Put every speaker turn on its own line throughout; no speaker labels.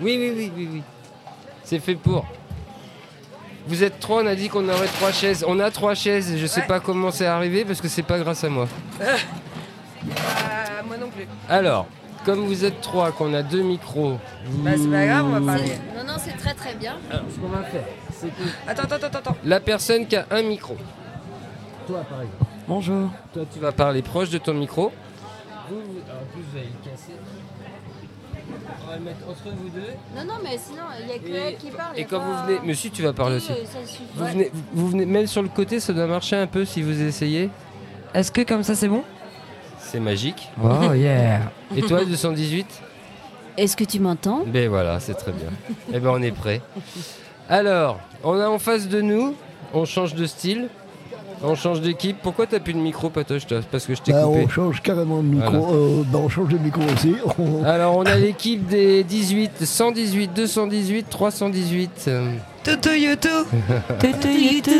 Oui, oui, oui, oui, oui. C'est fait pour. Vous êtes trois, on a dit qu'on aurait trois chaises. On a trois chaises, je sais
Ouais.
pas comment c'est arrivé parce que c'est pas grâce à moi.
Euh, moi non plus.
Alors, comme vous êtes trois, qu'on a deux micros.
Bah, c'est pas grave, on va parler.
Non, non, c'est très très bien.
Alors, ce qu'on va faire, c'est que
Attends, attends, attends, attends.
la personne qui a un micro, toi par exemple,
Bonjour.
toi tu vas parler proche de ton micro. Vous, vous- alors, en plus, vous allez le casser. On va le mettre entre vous deux.
Non, non, mais sinon, il n'y a que
Et,
elle qui parle.
et quand vous venez. Mais si, tu vas parler aussi. Vous venez, vous venez, même sur le côté, ça doit marcher un peu si vous essayez.
Est-ce que comme ça c'est bon
C'est magique.
Oh yeah.
Et toi, 218
Est-ce que tu m'entends
Ben voilà, c'est très bien. Eh ben on est prêt. Alors, on a en face de nous, on change de style, on change d'équipe. Pourquoi t'as plus de micro, Patoche toi Parce que je t'ai
Bah,
coupé.
on change carrément de micro.
Voilà.
euh, bah, on change de micro aussi. On-
Alors, on a l'équipe des 18, 118, 218, 318. euh,
Toto Yoto.
Tutu-yutu.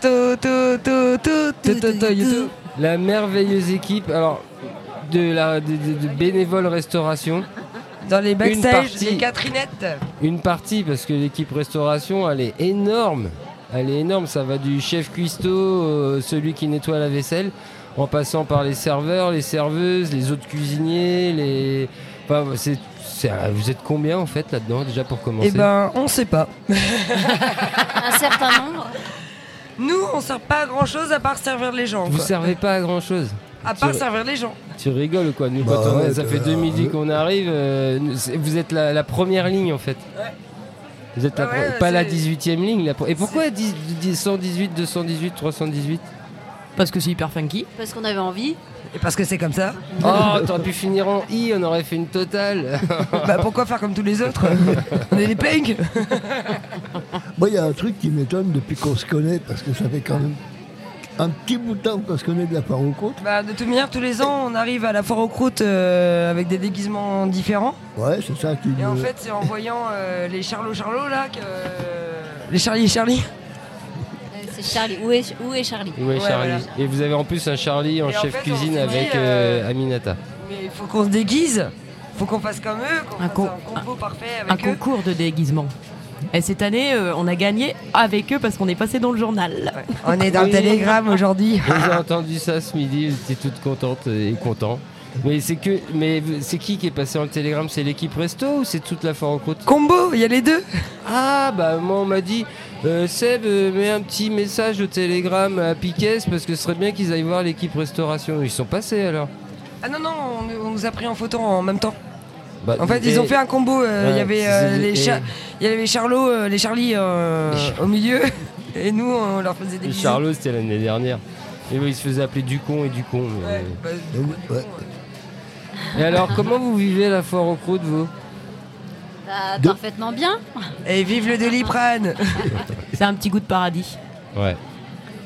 Toto, toto,
La merveilleuse équipe alors, de, la, de, de- de bénévoles restauration.
Dans les backstage.
partie.
C'est Catherinettes.
Une partie, parce que l'équipe restauration, elle est énorme. Elle est énorme, ça va du chef cuistot, euh, celui qui nettoie la vaisselle, en passant par les serveurs, les serveuses, les autres cuisiniers, les... Enfin, c'est, c'est- euh, vous êtes combien en fait là-dedans déjà pour commencer
Eh ben, on sait pas.
Un certain nombre.
Nous, on sert pas à grand chose à part servir les gens.
Vous
quoi.
servez pas à grand chose.
À part
tu-
servir les gens.
Tu rigoles quoi, nous
Bah
quand on est-
ouais,
ça
que-
fait deux midi qu'on arrive, euh, nous- c'est- vous êtes la, la première ligne en fait. Vous êtes la
Ah
pro-
ouais, ouais,
pas la
c'est-
18 e ligne. La pro- Et pourquoi 10 10 118, 218, 318
Parce que c'est hyper funky.
Parce qu'on avait envie.
Et parce que c'est comme ça.
Oh, t'aurais pu finir en I, on aurait fait une totale.
bah pourquoi faire comme tous les autres On est des punks.
Moi, il y a un truc qui m'étonne depuis qu'on se connaît, parce que ça fait quand même un petit bout de temps qu'on se connaît de la part au compte.
Bah, de toute manière, tous les ans, on arrive à la foire aux croûtes euh, avec des déguisements différents.
Ouais, c'est ça qui
Et en
me-
fait, c'est en voyant euh, les Charlot Charlot là que. euh, Les Charlie et Charlie.
Euh, C'est Charlie. Où est, où est Charlie
Ouais, Charlie.
voilà.
Et vous avez en plus un Charlie en
Et en
chef
fait, on
cuisine
s'est dit,
avec
euh,
euh, Aminata.
Mais il faut qu'on se déguise. Faut qu'on fasse comme eux. Qu'on
Un
fasse
con-
un combo parfait
Un
avec eux.
concours de déguisement. Et cette année, euh, on a gagné avec eux parce qu'on est passé dans le journal.
Ouais. On est dans le
Oui.
Telegram aujourd'hui.
Et J'ai entendu ça ce midi, j'étais toute contente et content. Mais c'est que, mais vous- c'est qui qui est passé en Telegram C'est l'équipe resto ou c'est toute la foire aux croûtes
Combo, il y a les deux.
Ah bah moi on m'a dit euh, Seb euh, mets un petit message au télégramme à Piquet parce que ce serait bien qu'ils aillent voir l'équipe restauration. Ils sont passés alors.
Ah non, non, on, on nous a pris en photo en même temps.
Bah,
En fait,
eh,
ils ont fait un combo. euh, Il
ouais,
y avait
c'est-
euh, les,
et-
Cha- il y avait les Charlots, euh, les Charlie euh,
Les Char-
au milieu. Et nous, on leur faisait des
et
bisous.
Charlot c'était l'année dernière. Et oui, il se faisait appeler Ducon et Ducon. mais- euh,
Ouais, bah,
Ouais.
Et alors comment vous vivez la foire aux croûtes vous
Bah,
Deux.
Parfaitement bien.
Et vive le Doliprane
C'est un petit goût de paradis.
Ouais.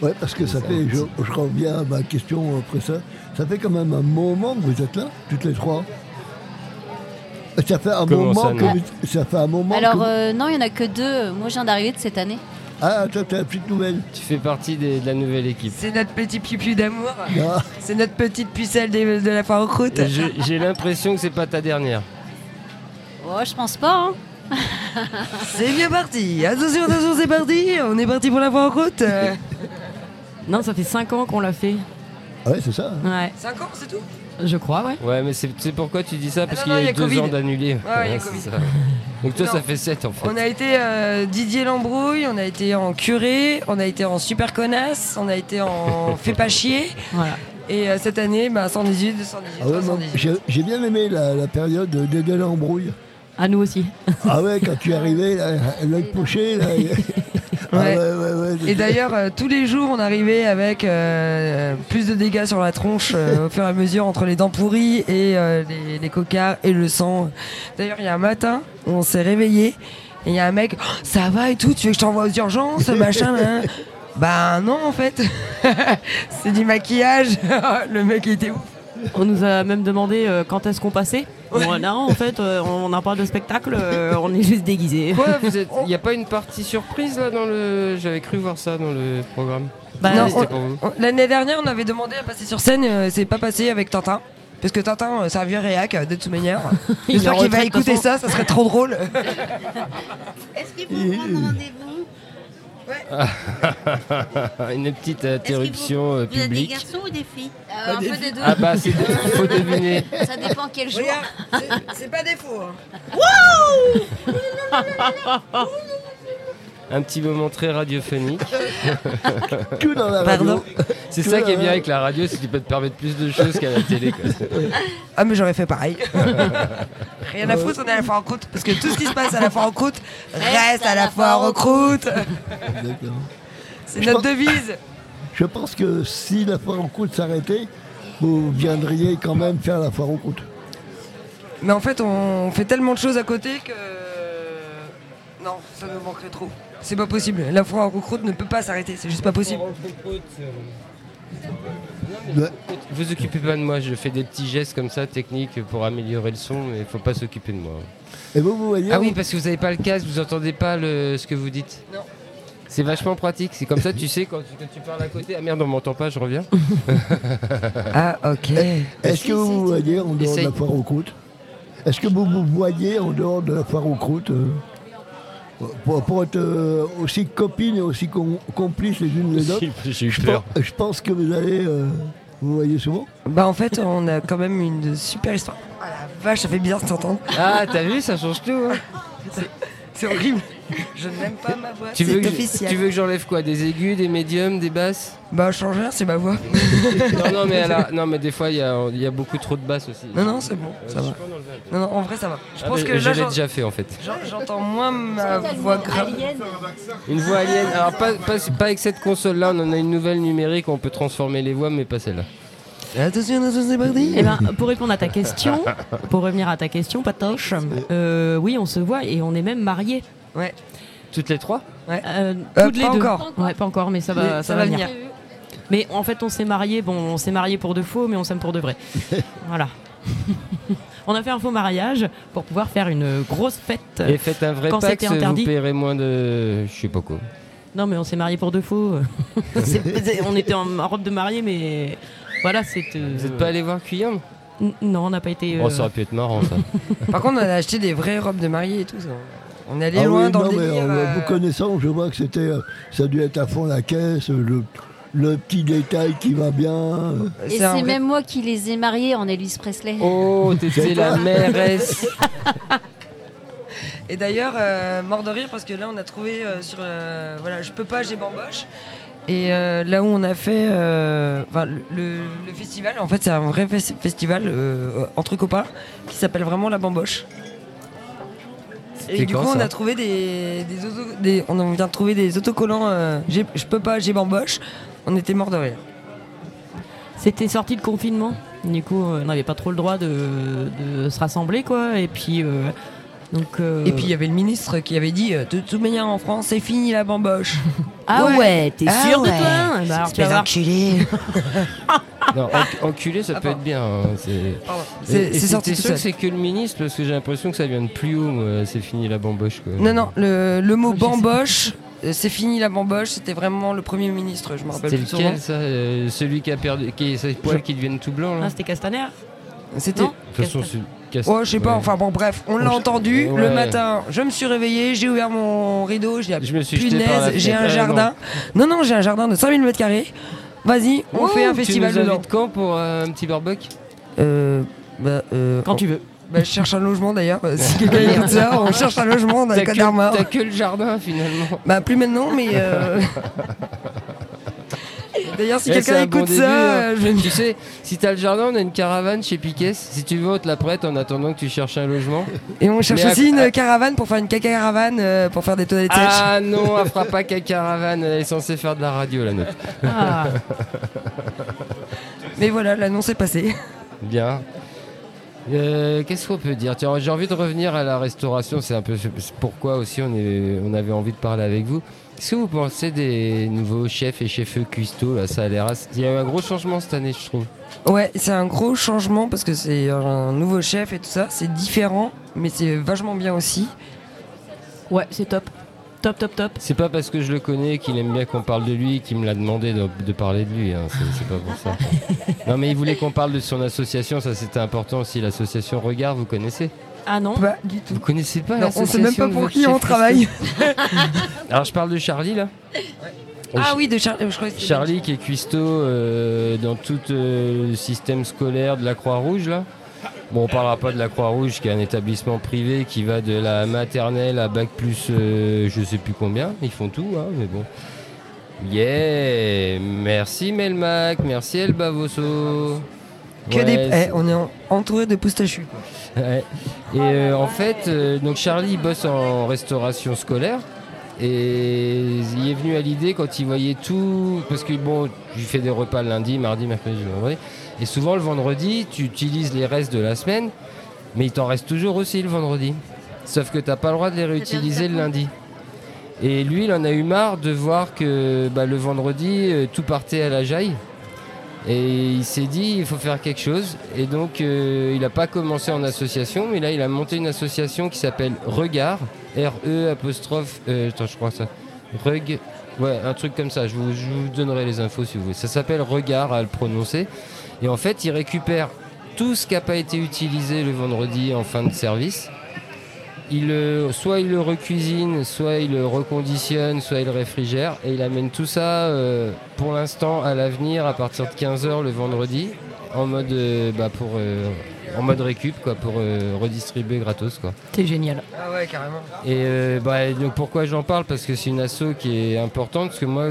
Ouais, parce que ça fait, je, je reviens à ma question après ça, ça fait quand même un moment que vous êtes là, toutes les trois. Ça fait un
Comment
moment
ça,
que
non
vous- ça fait un moment que
Alors,
vous-
euh, non, il n'y en a que deux. Moi, je viens d'arriver de cette année.
euh,
Ah, toi, t'as la petite nouvelle.
Tu fais partie des- de la nouvelle équipe.
C'est notre petit pipi d'amour.
Ah,
C'est notre petite pucelle des- de, la foire aux croûtes.
Et je- J'ai l'impression que c'est pas ta dernière.
Oh, je pense pas. hein.
C'est bien parti. Attention, attention, c'est parti. On est parti pour la foire aux croûtes.
Non, ça fait 5 ans qu'on l'a fait.
ouais, c'est ça. hein.
Ouais,
5 ans, c'est tout
je crois, ouais.
Ouais, mais c'est c'est pourquoi tu dis ça Parce
Ah non,
qu'il y a
non, il y
eu
a
deux
Covid.
ans d'annulé.
il y a
c'est
Covid.
ça. Donc toi,
Non.
ça fait 7 en fait.
On a été euh, Didier Lambrouille, on a été en curé, on a été en super connasse, on a été en fait pas chier.
Voilà.
Et euh, cette année, bah, 118, 218,
Ah ouais, moi,
318.
j'ai j'ai bien aimé la, la période des deux l'embrouille.
À nous aussi.
Ah ouais, quand tu es arrivé, là, l'œil poché, là. et- Ah ouais, ouais, ouais,
Et d'ailleurs, euh, tous les jours, on arrivait avec euh, plus de dégâts sur la tronche euh, au fur et à mesure entre les dents pourries et euh, les, les cocards et le sang. D'ailleurs, il y a un matin, on s'est réveillé et il y a un mec, Oh, ça va et tout, tu veux que je t'envoie aux urgences, machin, hein Bah non, en fait, c'est du maquillage. le mec il était ouf.
On nous a même demandé euh, quand est-ce qu'on passait. Bon, non, en fait, euh, on n'a pas de spectacle, euh, on est juste déguisés.
Quoi vous êtes... Il n'y a pas une partie surprise là dans le... J'avais cru voir ça dans le programme.
Bah,
Non,
C'était pour vous.
L'année dernière, on avait demandé à passer sur scène, euh, c'est pas passé avec Tintin. Parce que Tintin, euh, c'est un vieux réac, euh, de toute manière.
Il
J'espère
est en
qu'il va
retraite, de toute
écouter ça, ça serait trop drôle.
Est-ce qu'il faut prendre rendez-vous
Ah, Une
Est-ce
petite
qu'il faut-
interruption euh,
Vous êtes des
publique.
garçons ou des filles
Euh, un peu des deux.
Ah bah, c'est faut deviner.
Ça dépend quel jour.
Regarde, c'est- c'est pas des faux. hein.
Un petit moment très radiophonique.
Que dans la
Pardon
radio.
C'est
Que
ça qui est
dans
bien
la-
avec la radio, c'est que tu peux te permettre plus de choses qu'à la télé. quoi.
Ah, mais j'aurais fait pareil. Rien à foutre, on est à la foire aux croûtes. Parce que tout ce qui se passe à la foire aux croûtes reste à la foire aux croûtes.
D'accord.
C'est notre devise.
Je pense que si la foire aux croûtes s'arrêtait, vous viendriez quand même faire la foire aux croûtes.
Mais en fait, on fait tellement de choses à côté que. euh, Non, ça nous manquerait trop. C'est pas possible. La foire aux croûtes ne peut pas s'arrêter. C'est juste pas possible.
Ouais.
euh. Vous occupez pas de moi, je fais des petits gestes comme ça, techniques, pour améliorer le son, mais faut pas s'occuper de moi.
Et vous, vous voyez,
Ah oui, parce que vous avez pas le casque, vous entendez pas le- ce que vous dites.
Non.
C'est vachement pratique, c'est comme ça, tu sais, quand tu, quand tu parles à côté, ah merde, on m'entend pas, je reviens.
Ah, ok.
est-ce que vous vous voyez en dehors de
Essaye.
la foire aux croûtes Est-ce que vous vous voyez en dehors de la foire aux croûtes euh, pour, pour être euh, aussi copines et aussi com- complices les unes les autres
J'ai eu
je, pense- je pense que vous allez. euh, vous voyez souvent
Bah, en fait, on a quand même une super histoire. Ah la vache, ça fait bizarre de t'entendre.
Ah, t'as vu, ça change tout. hein.
C'est horrible. Je n'aime pas ma voix.
Tu, veux
C'est
que je-
officiel.
tu veux que j'enlève quoi Des aigus, des médiums, des basses
Bah, change rien, c'est ma voix.
non, non, mais à la- non, mais des fois, il y a, il y a beaucoup trop de basses aussi.
Non, non, c'est bon.
Euh,
Ça
je
va.
peux en enlever un peu.
Non, non, en vrai, ça va. Je
Ah,
pense
mais
que
je
là,
l'ai
j'en-
déjà fait en fait.
j'en- j'entends moins ma voix grave.
Alien.
Une voix alien. Alors pas, pas, pas avec cette console là, on en a une nouvelle numérique, on peut transformer les voix, mais pas celle-là.
Attention, attention, c'est parti.
Eh ben, pour répondre à ta question, pour revenir à ta question, Patoche, euh, oui, on se voit et on est même mariés.
Ouais.
Toutes les trois
Euh,
Euh,
toutes les
pas
deux.
encore.
Ouais, pas encore, mais ça
bah,
va,
Mais
ça va venir. Mais en fait, on s'est mariés. Bon, on s'est mariés pour de faux, mais on s'aime pour de vrai. voilà. on a fait un faux mariage pour pouvoir faire une grosse fête.
Et faites un vrai
Quand
pack,
c'était interdit.
vous paierez moins de. Je sais pas quoi.
Non, mais on s'est mariés pour de faux. C'est- c'est- on était en en robe de mariée, mais voilà, c'était.
Vous êtes pas allé voir Cuyam
Non, on n'a pas été.
Oh,
euh,
ça aurait pu être marrant ça.
Par contre, on a acheté des vraies robes de mariée et tout. ça. On est allé
Ah oui,
loin dans
non,
le
mais,
délire.
euh,
euh,
Vous connaissant, je vois que c'était, euh, ça a dû être à fond la caisse, euh, le, le petit détail qui va bien. euh.
Et
un
c'est
vrai-
même moi qui les ai mariés en Elvis Presley.
Oh, t'étais la mairesse
Et d'ailleurs, euh, mort de rire parce que là, on a trouvé euh, sur euh, voilà, je peux pas, j'ai bamboche. Et euh, là où on a fait euh, enfin, le, le festival, en fait, c'est un vrai fes- festival euh, entre copains qui s'appelle vraiment la bamboche. Et
C'était
du
quand,
coup, on
ça
a trouvé des, des, auto- des- on en vient de trouver des autocollants. euh, J'ai- je peux pas, j'ai bamboche. On était mort de rire.
C'était sorti de confinement. Du coup, euh, on n'avait pas trop le droit de, de se rassembler, quoi. Et puis, euh, donc. euh,
Et puis il y avait le ministre qui avait dit euh, de toute manière en France, c'est fini la bamboche.
ah ouais, t'es
Ah
sûr de
ouais.
toi Eh ben, alors, tu vas voir.
Non, en- enculé, ça peut être bien. hein, c'est-
Pardon.
Et-
C'est
et
c'est
t'es
sorti tout
sûr que c'est
seul.
que le ministre parce que j'ai l'impression que ça vient de plus haut. moi, C'est fini la bamboche. Quoi.
Non, non, le, le mot
Je sais pas.
bamboche, euh, c'est fini la bamboche, c'était vraiment le Premier ministre, je me rappelle
C'était
plus son nom.
lequel ça euh, Celui qui a perdu, qui a ses poils qui deviennent tout blancs là.
Ah, c'était Castaner
C'était.
Non
De toute façon, c'est casse-
Oh, je sais pas,
ouais.
enfin bon, bref, on l'a
Je-
entendu
Ouais.
le matin. Je me suis réveillé, j'ai ouvert mon rideau, j'ai dit,
Je me suis jeté par la
punaise,
fenêtre.
j'ai un
Ah,
jardin. Non, non, j'ai un jardin de 5000 mètres carrés. Vas-y, on
Wow,
fait un festival
tu nous
dedans.
invites quand pour euh, un petit barbecue
Euh, bah, euh,
Quand
on-
tu veux.
bah, je cherche un logement d'ailleurs. euh, Si quelqu'un écoute ça, on cherche un logement dans
T'as
les
que,
Côtes d'Armor.
t'as que le jardin finalement.
Bah plus maintenant, mais. euh, D'ailleurs, si
Eh, c'est
quelqu'un
un bon
écoute
début,
ça,
hein.
euh, je vais me
tu sais, si t'as le jardin, on a une caravane chez Piquet. Si tu veux, on te la prête en attendant que tu cherches un logement.
Et on cherche
Mais à-
aussi une
à-
caravane pour faire une caca caravane euh, pour faire des toilettes sèches.
Ah non, elle fera pas qu'à caravane. Elle est censée faire de la radio la nôtre.
Ah,
Mais voilà, l'annonce est passée.
Bien. Euh, Qu'est-ce qu'on peut dire Tiens, J'ai envie de revenir à la restauration. C'est un peu c'est pourquoi aussi on, est, on avait envie de parler avec vous. Qu'est-ce que vous pensez des nouveaux chefs et chefs cuistots là, ça a l'air assez- Il y a eu un gros changement cette année, je trouve.
Ouais, c'est un gros changement parce que c'est un nouveau chef et tout ça. C'est différent, mais c'est vachement bien aussi.
ouais, c'est top. Top, top, top.
C'est pas parce que je le connais qu'il aime bien qu'on parle de lui qu'il me l'a demandé de, de parler de lui. hein. C'est c'est pas pour ça. Non, mais il voulait qu'on parle de son association. Ça, c'était important aussi. L'association Regard, vous connaissez
Ah non
Pas du tout.
Vous connaissez pas
Non, on
l'association
sait même pas
de
pour
votre
qui
chef
on travaille.
Alors, je parle de Charlie, là Et
Ah
Ch-
oui, de Charlie. Je crois que c'est-
Charlie qui est cuistot euh, dans tout euh, le système scolaire de la Croix-Rouge là. Bon, on parlera pas de la Croix-Rouge qui est un établissement privé qui va de la maternelle à bac plus euh, je sais plus combien, ils font tout hein, mais bon. Yeah Merci Melmac, merci El Bavoso.
Que
Ouais,
des...
c'est-
eh, on est en- entouré de poustachus. quoi.
Ouais. Et euh, en fait, euh, donc Charlie bosse en restauration scolaire. Et il est venu à l'idée quand il voyait tout, parce que bon, tu fais des repas le lundi, mardi, mercredi, jeudi, vendredi, et souvent le vendredi, tu utilises les restes de la semaine, mais il t'en reste toujours aussi le vendredi. Sauf que t'as pas le droit de les réutiliser le lundi. Et lui, il en a eu marre de voir que bah, le vendredi, euh, tout partait à la jaille. Et il s'est dit, il faut faire quelque chose. Et donc, euh, il n'a pas commencé en association, mais là, il a monté une association qui s'appelle Regard, R-E apostrophe, euh, attends, je crois ça, Reg, ouais, un truc comme ça. Je vous, je vous donnerai les infos si vous voulez. Ça s'appelle Regard à le prononcer. Et en fait, il récupère tout ce qui n'a pas été utilisé le vendredi en fin de service. Il, le- soit il le recuisine, soit il le reconditionne, soit il le réfrigère et il amène tout ça euh, pour l'instant à l'avenir à partir de 15h le vendredi en mode euh, bah, pour euh, en mode récup quoi pour euh, redistribuer gratos quoi.
T'es génial.
Ah ouais, carrément.
Et euh, bah, donc pourquoi j'en parle Parce que c'est une asso qui est importante, parce que moi,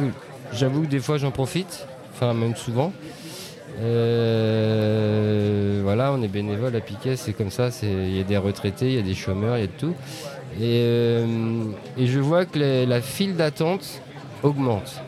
j'avoue que des fois j'en profite, enfin même souvent. Euh, voilà, on est bénévole à Piquet, c'est comme ça, c'est- il y a des retraités, il y a des chômeurs, il y a de tout. Et, euh, et je vois que les- la file d'attente augmente.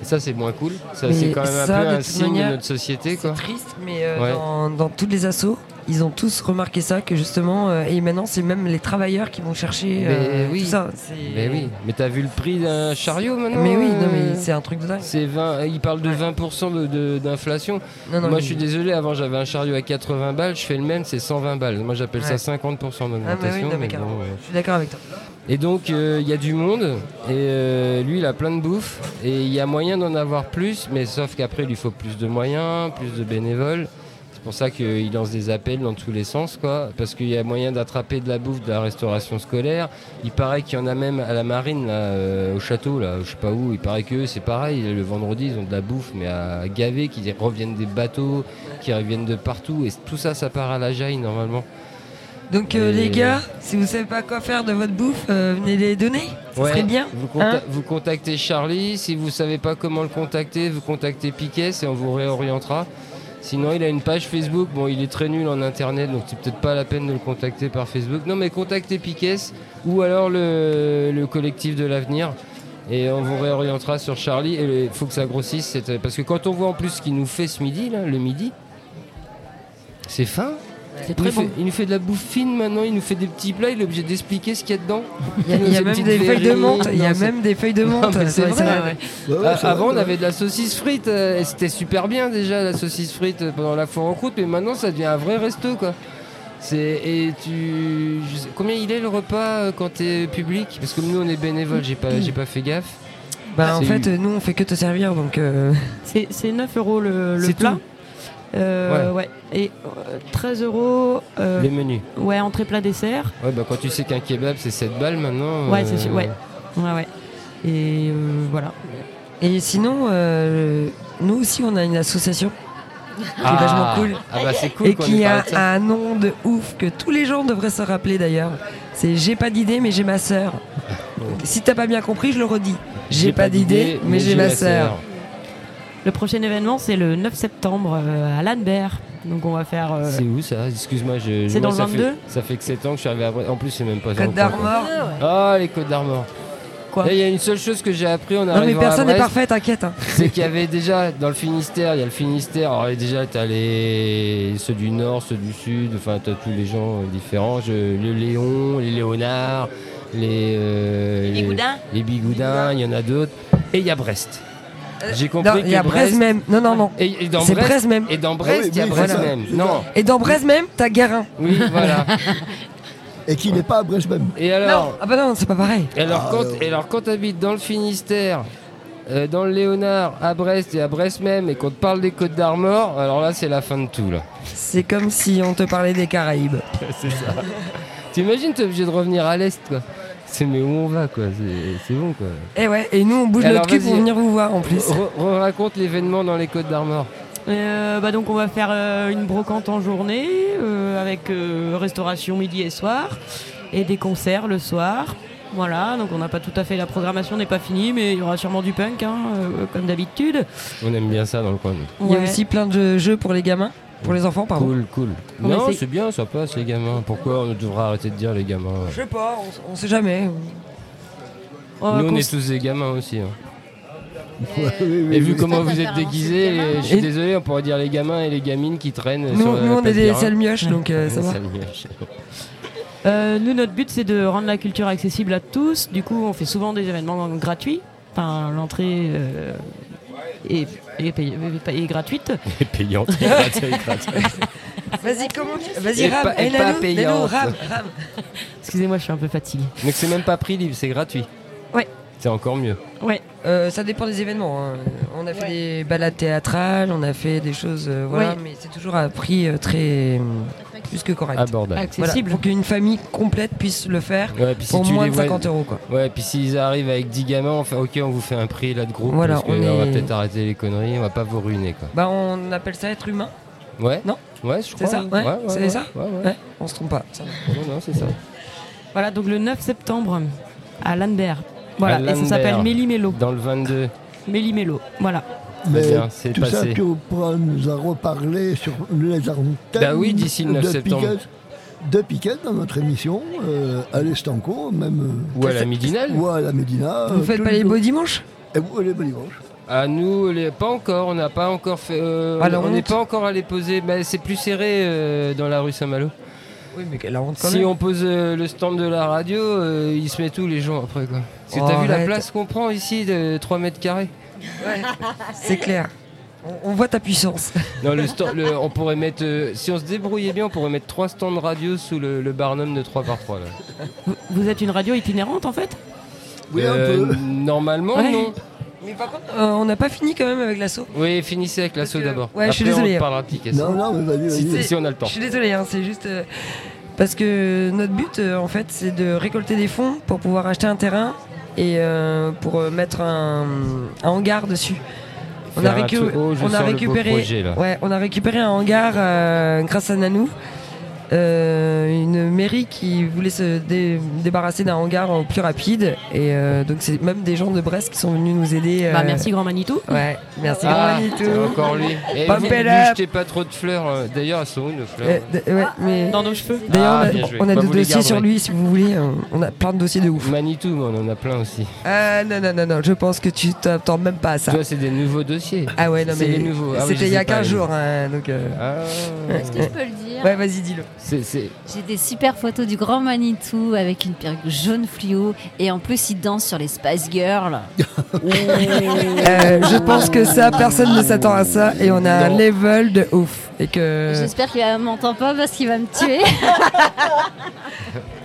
Et ça, c'est moins cool. Ça,
Mais
c'est quand même un
ça,
peu
de
un
toute
signe
manière,
de notre société, quoi.
C'est triste, mais euh,
Ouais.
dans, dans toutes les assos, ils ont tous remarqué ça, que justement, euh, et maintenant, c'est même les travailleurs qui vont chercher euh,
Mais oui.
tout ça. c'est-
Mais oui, mais t'as vu le prix d'un chariot maintenant
Mais oui, non,
euh,
mais c'est un truc de dingue.
c'est 20, il parle de 20% de- de- d'inflation.
Non, non,
Moi
mais- Ah,
je suis désolé, avant j'avais un chariot à 80 balles, je fais le même, c'est 120 balles. Moi j'appelle
Ouais.
ça 50% d'augmentation.
Ah, mais oui, non, mais
mais bon,
carrément.
ouais.
Je suis d'accord avec toi.
Et donc euh, il y a du monde, et euh, lui il a plein de bouffe, et il y a moyen d'en avoir plus, mais sauf qu'après il lui faut plus de moyens, plus de bénévoles. C'est pour ça qu'il lance des appels dans tous les sens, quoi, parce qu'il y a moyen d'attraper de la bouffe de la restauration scolaire. Il paraît qu'il y en a même à la marine, là, euh, au château, là, je sais pas où. Il paraît que eux, c'est pareil. Le vendredi, ils ont de la bouffe, mais à gaver, qui reviennent des bateaux, qui reviennent de partout, et tout ça, ça part à la jaille normalement.
Donc, euh,
Et-
les gars, si vous savez pas quoi faire de votre bouffe, euh, venez les donner. Ça
Ouais.
serait bien.
Vous, conta-
Hein
vous contactez Charlie. Si vous savez pas comment le contacter, vous contactez Piquet et on vous réorientera. Sinon, il a une page Facebook. Bon, il est très nul en internet, donc c'est peut-être pas la peine de le contacter par Facebook. Non, mais contactez Piquet ou alors le, le collectif de l'avenir. Et on vous réorientera sur Charlie. Et il faut que ça grossisse. cette- Parce que quand on voit en plus ce qu'il nous fait ce midi, là, le midi, c'est fin.
C'est
Il
très
nous, fait,
bon.
il nous fait de la bouffe fine maintenant, il nous fait des petits plats, il est obligé d'expliquer ce qu'il y a dedans.
Il y a, il y a
Une
même
petite
des feuilles de
verrine.
menthe. Il y a
Non, c'est-
même des feuilles de
Non,
menthe.
mais c'est
Ouais,
vrai,
ça-
ouais.
Ouais, ouais,
Ah,
c'est
avant,
vrai,
on avait de la saucisse frite, euh, et c'était super bien déjà la saucisse frite euh, pendant la foire en croûte, mais maintenant ça devient un vrai resto quoi. C'est et tu je sais- combien il est le repas euh, quand t'es public parce que nous on est bénévole, j'ai pas j'ai pas fait gaffe.
Bah, en
C'est-
fait, euh, nous, on fait que te servir, donc. euh,
C'est c'est 9 euros le, le
C'est
plat.
tout
Euh, ouais. Et euh, 13 euros, euh,
Les menus.
ouais, entrée plat dessert.
Ouais bah quand tu sais qu'un kebab c'est 7 balles maintenant. euh,
Ouais, c'est sûr, ouais. Ouais, ouais. Et euh, voilà.
Et sinon, euh, nous aussi, on a une association
Ah,
vachement cool.
Ah bah c'est cool
et
qu'on
qui
ait parlé
a
de ça.
un nom de ouf que tous les gens devraient se rappeler d'ailleurs. C'est J'ai pas d'idée, mais j'ai ma sœur. Donc, Si t'as pas bien compris, je le redis. J'ai pas d'idée, mais j'ai ma sœur.
Le prochain événement, c'est le 9 septembre euh, à Lanbert. Donc on va faire. euh,
C'est où ça Excuse-moi, je.
C'est
moi,
dans
ça
le
fait-
22?
Ça fait que 7 ans que je suis arrivé à. Bre- En plus, c'est même pas.
Côte d'Armor.
Ah, les Côtes d'Armor.
Quoi
Là, Il y a une seule chose que j'ai appris en
Non,
arrivant
mais personne
à
n'est
Brest,
parfait, t'inquiète. hein.
c'est qu'il y avait déjà dans le Finistère, il y a le Finistère. Alors et déjà, t'as les ceux du Nord, ceux du Sud. Enfin, t'as tous les gens euh, différents. Je- Le Léon, les Léonards, les euh, les
Bigoudins.
les Bigoudins. Il y en a d'autres. Et il y a Brest. J'ai compris
Euh, Non,
que
Il y a Brest même. Non, non, non.
Et, et dans
C'est
Brest,
Brest même.
Et dans Brest,
Ah oui,
il y a
oui,
Brest
voilà.
même. Non,
Et dans Brest même, t'as Guérin.
oui, voilà.
et qui n'est pas à Brest même.
Et alors,
Non, ah bah non, c'est pas pareil.
et alors,
Ah,
quand,
euh.
et alors quand t'habites dans le Finistère, euh, dans le Léonard, à Brest et à Brest même, et qu'on te parle des Côtes d'Armor, alors là c'est la fin de tout là.
C'est comme si on te parlait des Caraïbes.
c'est ça. T'imagines t'es obligé de revenir à l'est quoi. C'est mais où on va quoi, c'est- c'est bon quoi.
Et Eh ouais, et nous on bouge
Et alors,
notre cul pour
vas-y.
venir vous voir en plus.
Re- re- raconte l'événement dans les Côtes d'Armor.
Euh, bah donc on va faire euh, une brocante en journée euh, avec euh, restauration midi et soir et des concerts le soir. Voilà, donc on n'a pas tout à fait la programmation n'est pas finie, mais il y aura sûrement du punk hein, euh, comme d'habitude.
On aime bien ça dans le coin. nous.
Il y a
Ouais.
aussi plein de jeux pour les gamins, pour les enfants, pardon.
Cool, cool.
On
non,
essaye.
c'est bien, ça passe les gamins. Pourquoi on devrait arrêter de dire les gamins
Je sais pas, on, on sait jamais.
Oh,
Nous on
qu'on-
est tous des gamins aussi. hein.
Oui, oui, oui.
Et vu comment
pas
vous êtes
préférence,
déguisés,
les gamins,
les- je
hein.
suis désolé, on pourrait dire les gamins et les gamines qui traînent
Nous,
sur la
nous, on
place
est des
Guérin.
sales mioches, donc euh, ça va.
Ça mioche.
Euh, nous, notre but, c'est de rendre la culture accessible à tous. Du coup, on fait souvent des événements gratuits. Enfin, l'entrée euh, est, est payée- est gratuite.
Et payante. et gratuite, et gratuite.
Vas-y, comment tu- Vas-y,
Et
rame,
pas- et
eh,
pas
Nano, Nano,
payante.
rame, rame.
Excusez-moi, je suis un peu fatiguée.
Donc c'est même pas prix libre, c'est gratuit.
Ouais.
C'est encore mieux.
Ouais,
Euh, ça dépend des événements. hein. On a fait des balades théâtrales, on a fait des choses, euh, voilà,
Oui.
mais c'est toujours à prix euh, très euh, plus que
Ah,
correct.
Abordable.
Voilà,
accessible.
pour qu'une famille complète puisse le faire
Ouais, puis si
pour
tu
moins
les
de
vois-
50 euros, quoi.
Ouais, puis s'ils arrivent avec 10 gamins, on fait OK, on vous fait un prix là de groupe.
Voilà,
parce que
on
là, on va
est-
peut-être arrêter les conneries, on va pas vous ruiner quoi.
Bah, on appelle ça être humain.
Ouais
Non
Ouais, je
C'est
crois.
ça, ouais, c'est ça
Ouais, ouais.
Ouais, on se trompe pas. ça va.
Non, non, c'est ça.
Voilà, donc le 9 septembre à Lambert. Voilà,
À
et ça s'appelle
Lambert.
Mélimélo.
Dans le 22.
Mélimélo, voilà.
Mais
bien, c'est
tout ça,
passé.
tu pourras nous en reparler sur les armes
Bah oui, d'ici le 9 septembre.
De Piquet dans notre émission, euh, à l'Estanco, même. euh,
Ou à la Midinale
Ou à la Médina.
Vous
euh,
faites
tous
pas les
jours.
beaux dimanches
Et vous, les beaux dimanches.
À nous, les... pas encore, on n'a pas encore fait. euh,
Ah, la
on n'est
honte.
pas encore allé poser. Bah, c'est plus serré euh, dans la rue Saint-Malo.
Oui, mais la honte
Si on pose euh, le stand de la radio, euh, il se met tous les gens après quoi. Parce que
Oh,
t'as vu la
arrête.
place qu'on prend ici de 3 mètres carrés
C'est clair. On, on voit ta puissance.
Non, le stand, le- on pourrait mettre. euh, si on se débrouillait bien, on pourrait mettre 3 stands radio sous le, le barnum de 3x3 là.
Vous- Vous êtes une radio itinérante en fait
Oui, un
Euh,
peu.
Normalement,
Ouais.
non.
Mais par contre, euh, on n'a pas fini quand même avec l'assaut.
Oui, finissez avec l'assaut
Parce que-
d'abord.
Ouais, je suis
Après, on
désolé.
te parlera de Picasso.
Non, non, mais vas-y,
Si,
vas-y.
si on a le temps.
Je suis désolé, hein, c'est juste. euh, parce que notre but, euh, en fait, c'est de récolter des fonds pour pouvoir acheter un terrain et euh, pour euh, mettre un, un hangar dessus. On a,
Faire un
récu-
truc- oh, je
on a
sens le beau
récupéré,
projet, là.
ouais, on a récupéré un hangar euh, grâce à Nanou, Euh, une mairie qui voulait se dé- débarrasser d'un hangar au plus rapide et euh, donc c'est même des gens de Brest qui sont venus nous aider. euh,
Bah merci Grand Manitou.
Ouais, merci.
Ah,
Manitou.
c'est encore lui. Et
Pump
vous
it
lui
up.
jetez pas trop de fleurs. euh, D'ailleurs, elles sont où nos fleurs
Euh, d- ouais, mais-
Dans nos cheveux.
D'ailleurs,
Ah,
on a-
bien joué.
on a,
Bah,
des
vous les
dossiers sur
garderez.
lui, si vous voulez. euh, On a plein de dossiers de ouf.
Manitou, mais on en a plein aussi.
Ah non, non, non, non, je pense que tu t'attends même pas à ça.
Toi, c'est des nouveaux dossiers.
Ah ouais, non,
C'est
mais
les nouveaux. Ah oui, je
c'était il y
les
a
ai pas
15
les
jours.
nouveaux.
hein, donc, euh,
Ah.
Est-ce que je peux le dire
Ouais, vas-y, dis-le.
C'est- c'est-
J'ai des super photos du grand Manitou avec une perruque jaune fluo et en plus il danse sur les Spice Girls.
Euh, je pense que ça, personne ne s'attend à ça et on a
Non.
un level de ouf. Et que.
J'espère qu'il euh, m'entend pas parce qu'il va me tuer.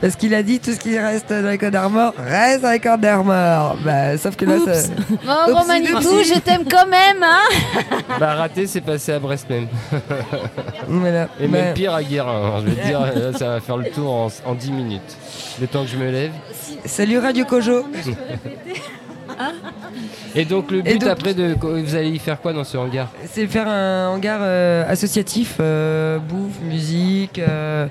Parce qu'il a dit tout ce qui reste dans les codes armor reste dans les codes armor. Bah, sauf que là, ça.
Bon, grand
Oupsie,
Manitou,
oupsie.
je t'aime quand même, hein
Bah, raté, c'est passé à Brest même.
Voilà.
Et
Bah,
même pire à Guérin. hein. Je veux dire, là, ça va faire le tour en, en 10 minutes. Le temps que je me lève.
Salut Radio Kojo.
Et donc, le
Et
but
donc-
après, de, vous allez y faire quoi dans ce hangar
C'est faire un hangar euh, associatif, euh, bouffe, musique, euh,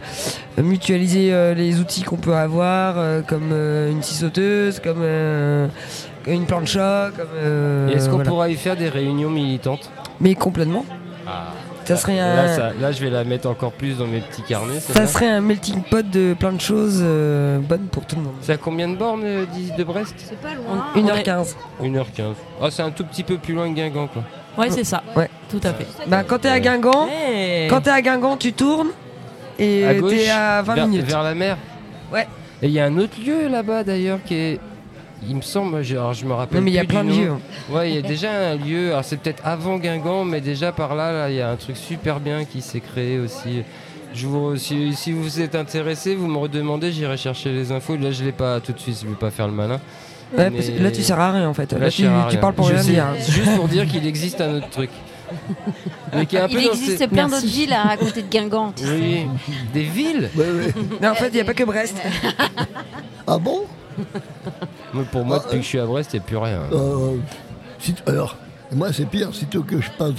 mutualiser euh, les outils qu'on peut avoir, euh, comme euh, une scie sauteuse, comme euh, une plancha, comme. euh,
Et Est-ce qu'on
voilà.
pourra y faire des réunions militantes
Mais complètement.
Ah.
Ça serait un.
Là, ça- là, je vais la mettre encore plus dans mes petits carnets.
ça
celle-là.
serait un melting pot de plein de choses euh, bonnes pour tout le monde.
C'est à combien de bornes euh, d'ici- de Brest
C'est pas loin.
On-
1h15.
1h15. Ah, c'est un tout petit peu plus loin que Guingamp, quoi.
Ouais, c'est ça.
Ouais.
Tout à fait. Eh,
Bah, quand t'es à Guingamp,
Hey.
quand t'es à Guingamp, tu tournes et
à gauche,
t'es à 20
vers,
minutes.
vers la mer.
Ouais.
Et il y a un autre lieu là-bas d'ailleurs qui est. Il me semble, je, alors, je me rappelle.
Non, mais il y a
plus du
plein de
nom.
lieux.
Ouais, il y a déjà un lieu. Alors c'est peut-être avant Guingamp, mais déjà par là, là, il y a un truc super bien qui s'est créé aussi. Je vous, si, si vous êtes intéressé, vous me redemandez, j'irai chercher les infos. Là, je l'ai pas tout de suite, je vais pas faire le malin.
Ouais, parce que
Mais-
là, tu sers à rien en fait. Là,
Là, je
tu,
sers à
tu
rien.
parles pour
Je
rien
sais,
dire.
Juste pour dire qu'il existe un autre truc. Mais qui est un peu
Il
dans
existe
ces-
plein
Merci.
d'autres villes à côté de Guingamp. tu sais.
Oui, des villes.
Ouais, ouais.
Mais en fait, il n'y a pas que Brest.
Ah bon
Mais pour moi, depuis que je suis à Brest, il n'y a plus rien.
Euh, si- Alors, moi, c'est pire. Sitôt que je passe,